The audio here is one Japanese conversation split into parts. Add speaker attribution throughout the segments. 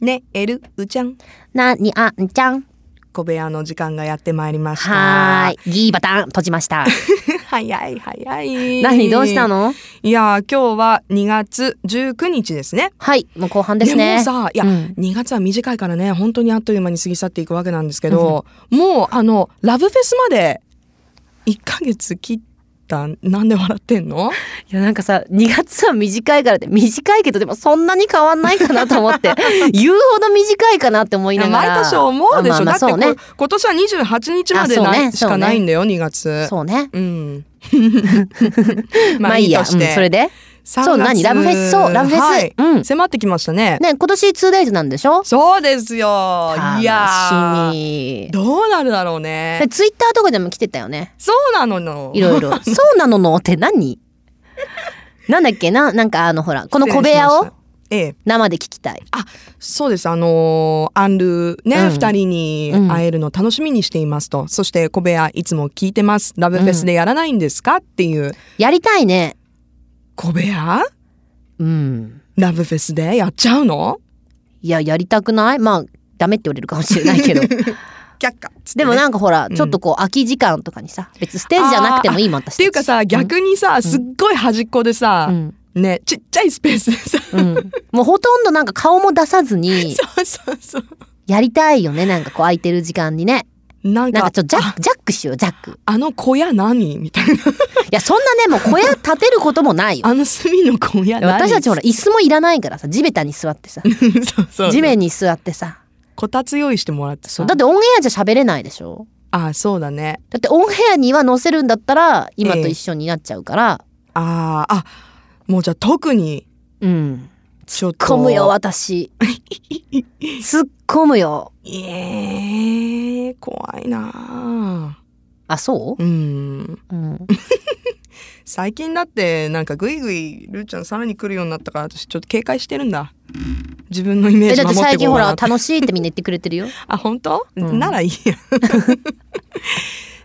Speaker 1: ねえるうちゃん
Speaker 2: なにあんちゃん。
Speaker 1: 小部屋の時間がやってまいりました
Speaker 2: はーい。ギーバタン閉じま した。
Speaker 1: 早い早い
Speaker 2: 何どうしたの
Speaker 1: いやー今日は2月19日ですね
Speaker 2: はい。もう後半です
Speaker 1: も
Speaker 2: ね。
Speaker 1: さいや、
Speaker 2: うん
Speaker 1: 2月は短いからね本当にあっという間に過ぎ去っていくわけなんですけど、もうあのラブフェスまで1ヶ月切ったなんで笑ってんの
Speaker 2: いやなんかさ2月は短いからって短いけどでもそんなに変わんないかなと思って 言うほど短いかなって思いながら
Speaker 1: 毎年思うでしょ、
Speaker 2: まあまあまあ
Speaker 1: だって
Speaker 2: そう
Speaker 1: こ、
Speaker 2: ね
Speaker 1: 今年は28日まで
Speaker 2: あそう
Speaker 1: ない、
Speaker 2: ねそうね
Speaker 1: しかないんだよ2月
Speaker 2: そうね
Speaker 1: うん
Speaker 2: まあいいや、
Speaker 1: として
Speaker 2: うんそれで
Speaker 1: 3
Speaker 2: そう何ラブフェスそうラブフェス、
Speaker 1: はい
Speaker 2: うんね
Speaker 1: 迫ってきましたね
Speaker 2: 今年 2days なんでしょ
Speaker 1: そうですよいや
Speaker 2: 楽し
Speaker 1: ー
Speaker 2: み
Speaker 1: どうなるだろうね
Speaker 2: でツイッターとかでも来てたよね
Speaker 1: そうなのの
Speaker 2: い ろいろそうなののって何なんだっけななんかあのほらこの小部
Speaker 1: 失
Speaker 2: 屋
Speaker 1: 礼
Speaker 2: を
Speaker 1: しましたええ
Speaker 2: 生で聞きたい
Speaker 1: そうです。あのーアンルー
Speaker 2: う
Speaker 1: ね、
Speaker 2: ん
Speaker 1: 二、人に会えるの楽しみにしていますと。そして、小部屋、いつも聞いてます。ラブフェスでやらないんですかっていう。
Speaker 2: やりたいね
Speaker 1: 小部屋
Speaker 2: うん
Speaker 1: ラブフェスでやっちゃうの
Speaker 2: いややりたくないまあダメって言われるかもしれない けど
Speaker 1: 却下っつってね、
Speaker 2: でもなんかほら、
Speaker 1: うん
Speaker 2: ちょっとこう空き時間とかにさ別にステージじゃなくてもいいもん私た
Speaker 1: っ
Speaker 2: ち
Speaker 1: ていうかさ、逆にさ、すっごい端っこで
Speaker 2: う
Speaker 1: さ、
Speaker 2: ん、
Speaker 1: ね、ちっちゃいスペースでさ、
Speaker 2: うん、もうほとんどなんか顔も出さずに
Speaker 1: そうそうそう。
Speaker 2: やりたいよねなんかこう空いてる時間にね
Speaker 1: なんか、
Speaker 2: なんかちょっとジャッ
Speaker 1: あ
Speaker 2: クジャックしようジャック
Speaker 1: あの小屋何みたいな。
Speaker 2: いやそんなねもう小屋建てることもな いよ
Speaker 1: あの隅の小屋何
Speaker 2: 私たちほら、椅子もいらないからさ地べたに座ってさ
Speaker 1: そうそう。
Speaker 2: 地面に座ってさ
Speaker 1: こたつ用意してもらってさ。
Speaker 2: だってオンエアじゃ喋れないでしょ
Speaker 1: あ、そうだね。
Speaker 2: だってオンヘアには載せるんだったら今と一緒になっちゃうから、
Speaker 1: あーあ、もうじゃあ特に、
Speaker 2: うん
Speaker 1: ちょっと。
Speaker 2: 突っ込むよ私突っ込むよ
Speaker 1: ええ怖いなあ
Speaker 2: あそう
Speaker 1: う、ん。
Speaker 2: うん、
Speaker 1: 最近だって、なんかぐいぐい、るーちゃんさらに来るようになったから、私ちょっと警戒してるんだ。自分のイメー
Speaker 2: え
Speaker 1: ジ
Speaker 2: だっ
Speaker 1: 守
Speaker 2: て
Speaker 1: って
Speaker 2: 最近
Speaker 1: こう
Speaker 2: ほ
Speaker 1: かな
Speaker 2: ら
Speaker 1: って。
Speaker 2: 楽しいってみんな言ってくれてるよ
Speaker 1: あ、本当、
Speaker 2: うん
Speaker 1: ならいいや。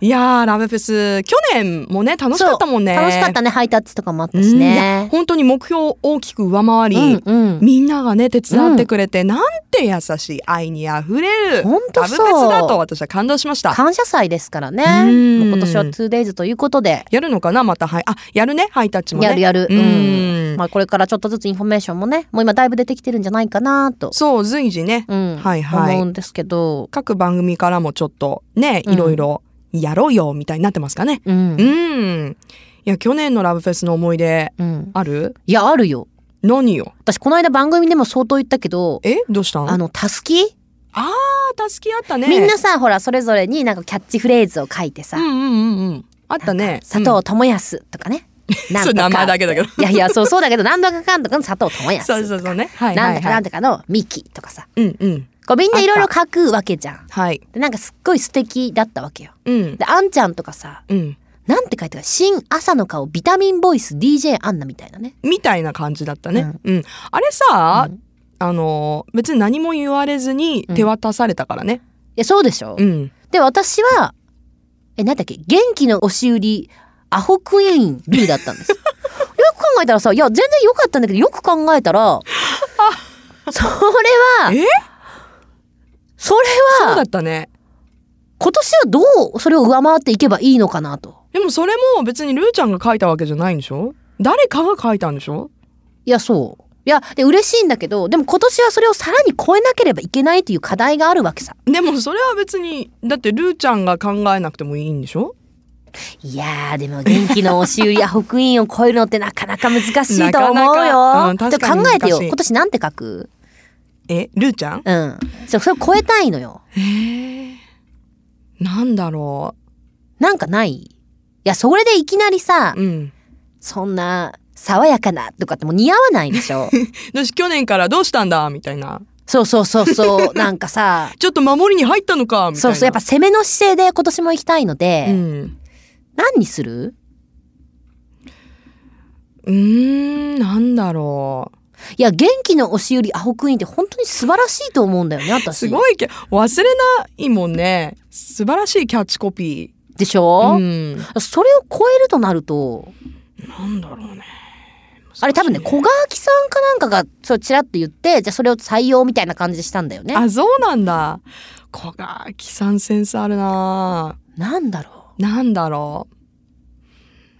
Speaker 1: いやー、ラブフェス、去年もね、楽しかったもんね。
Speaker 2: 楽しかったねハイタッチとかもあっ
Speaker 1: う
Speaker 2: た
Speaker 1: ん
Speaker 2: し
Speaker 1: いや
Speaker 2: ね
Speaker 1: 本当に目標を大きく上回り、
Speaker 2: うんうん
Speaker 1: みんながね、手伝ってくれて、なんて優しい愛にあふれる。
Speaker 2: ほんと
Speaker 1: ラブフ
Speaker 2: そ
Speaker 1: ェス
Speaker 2: う
Speaker 1: だと私は感動しました。
Speaker 2: 感謝祭ですからね
Speaker 1: うん
Speaker 2: もう今年は 2days ということで
Speaker 1: やるのかなまたはいあやるねハイタッチもね
Speaker 2: やるやる
Speaker 1: うーん
Speaker 2: まあこれからちょっとずつインフォメーションもねもう今だいぶ出てきてるんじゃないかなと、
Speaker 1: そう随時ね
Speaker 2: うん
Speaker 1: はいはい
Speaker 2: 思うんですけど、
Speaker 1: 各番組からもちょっとね
Speaker 2: うん
Speaker 1: いろいろやろうよみたいになってますかね
Speaker 2: うん
Speaker 1: うんいや去年のラブフェスの思い出
Speaker 2: うん、
Speaker 1: ある
Speaker 2: いやあるよ
Speaker 1: 何よ
Speaker 2: 私この間番組でも相当言ったけど
Speaker 1: えどうしたん
Speaker 2: あ
Speaker 1: あ
Speaker 2: のたすき
Speaker 1: ー助け合ったね
Speaker 2: みんなさほらそれぞれになんかキャッチフレーズを書いてさ
Speaker 1: うんうんうんうんあったね
Speaker 2: 佐藤智康とかね。なん
Speaker 1: そう
Speaker 2: とか
Speaker 1: 名前だけだけど
Speaker 2: いやいやそうそうだけどなんとかかんとかの佐藤智
Speaker 1: うんそう
Speaker 2: 康
Speaker 1: そうそうねはい
Speaker 2: な
Speaker 1: は
Speaker 2: ん
Speaker 1: い
Speaker 2: とかな
Speaker 1: は
Speaker 2: ん
Speaker 1: い
Speaker 2: とかのミキとかさ
Speaker 1: うんうん
Speaker 2: こうみんないろいろ書くわけじゃん。
Speaker 1: はい
Speaker 2: でなんかすっごい素敵だったわけよ。
Speaker 1: うん
Speaker 2: であんちゃんとかさ
Speaker 1: うん
Speaker 2: なんて書いてある新朝の顔ビタミンボイス DJ アンナみたいなね。
Speaker 1: みたいな感じだったねうんあれさ
Speaker 2: うん
Speaker 1: あの別に何も言われずに手渡されたからね
Speaker 2: いやそうでしょ、
Speaker 1: うん
Speaker 2: で私はえなんだっけ元気の押し売りアホクイーン B だった んですよく考えたらさいや全然良かったんだけどよく考えたらそれは
Speaker 1: え
Speaker 2: それ
Speaker 1: そうだ
Speaker 2: は
Speaker 1: ったね。
Speaker 2: 今年はどうそれを上回っていけばいいのかなと
Speaker 1: でもそれも別にルーちゃんが書いたわけじゃないんでしょ誰かが書いたんでしょ
Speaker 2: いやそういやで嬉しいんだけどでも今年はそれをさらに超えなければいけないという課題があるわけさ
Speaker 1: でもそれは別にだってルーちゃんが考えなくてもいいんでしょ
Speaker 2: いやーでも元気の押し 売りアホクイーンを超えるのってなかなか難しいと思
Speaker 1: なか
Speaker 2: うよ
Speaker 1: なかうん確
Speaker 2: で
Speaker 1: かに
Speaker 2: 考
Speaker 1: 難しい
Speaker 2: えてよ今年なんて書く
Speaker 1: えルーちゃん
Speaker 2: うん。そうそれを超えたいのよ。
Speaker 1: えー、なんだろ
Speaker 2: なんかないいや、それでいきなりさ
Speaker 1: う、うん
Speaker 2: そんな、爽やかなとかってもう似合わないでし ょ。
Speaker 1: 私去年からどうしたんだみたいな
Speaker 2: そうそうそうそう、なん かさ、
Speaker 1: ちょっと守りに入ったのかみたいな
Speaker 2: そうそう、やっぱ攻めの姿勢で今年も行きたいので、
Speaker 1: うん
Speaker 2: 何にする
Speaker 1: うーんなんだろう
Speaker 2: いや、元気の押し売りアホクイーンって本当に素晴らしいと思うんだよね、私。
Speaker 1: すごいけ忘れないもんね素晴らしいキャッチコピ
Speaker 2: でし
Speaker 1: ーう
Speaker 2: ょ、
Speaker 1: ん
Speaker 2: それを超えるとなると、
Speaker 1: なんだろうね
Speaker 2: あれ多分ね、小川木さんかなんかが、そう、ちらっと言って、じゃあそれを採用みたいな感じでしたんだよね。
Speaker 1: あそうなんだ小川木さんセンスあるな
Speaker 2: なんだろ
Speaker 1: なんだろ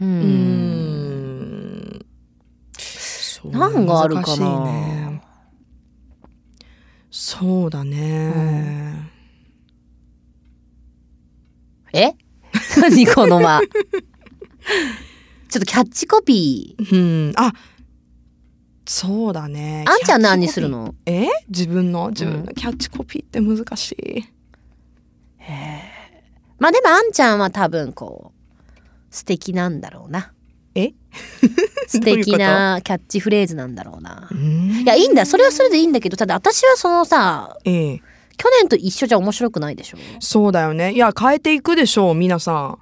Speaker 2: う。う
Speaker 1: う
Speaker 2: ー
Speaker 1: うー
Speaker 2: ん。
Speaker 1: んそう
Speaker 2: 何があるかな
Speaker 1: 難しいねそうだね、
Speaker 2: え何この間。ちょっとキャッチコピー。
Speaker 1: うんあそうだね
Speaker 2: あんちゃん何
Speaker 1: キャッチコピー
Speaker 2: するの
Speaker 1: え自分の自分のキャッチコピーって難しい、
Speaker 2: まあでもあんちゃんは多分こう、素敵なんだろうな。
Speaker 1: え
Speaker 2: 素敵なキャッチフレーズなんだろうな。
Speaker 1: い
Speaker 2: いや、いいんだ。それはそれでいいんだけど、ただ私はそのさ、
Speaker 1: ええ
Speaker 2: 去年と一緒じゃ面白くないでしょ
Speaker 1: そうだよねいや変えていくでしょう皆さ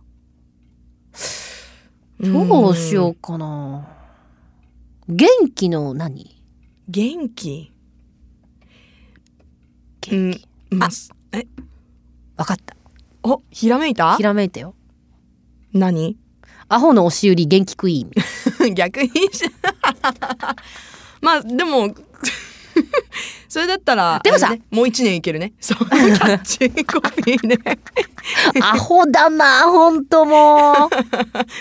Speaker 1: ん
Speaker 2: どうしようかな。元気の何
Speaker 1: うん元気う
Speaker 2: 元
Speaker 1: ん
Speaker 2: 気。
Speaker 1: まあ
Speaker 2: あ
Speaker 1: え
Speaker 2: わかった。
Speaker 1: おひらめいた
Speaker 2: ひらめいたよ。
Speaker 1: 何
Speaker 2: アホの押し売り元気クイーン。
Speaker 1: 逆にし まあでも それだったら
Speaker 2: でもさ
Speaker 1: あれねもう一年いけるねそうキャッチコピーね
Speaker 2: アホだな、ほんともう。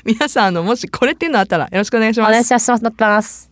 Speaker 1: 皆さんあのもしこれっていうのあったらよろしくお願いし
Speaker 2: お
Speaker 1: ま
Speaker 2: 願い
Speaker 1: す
Speaker 2: します。待ってます。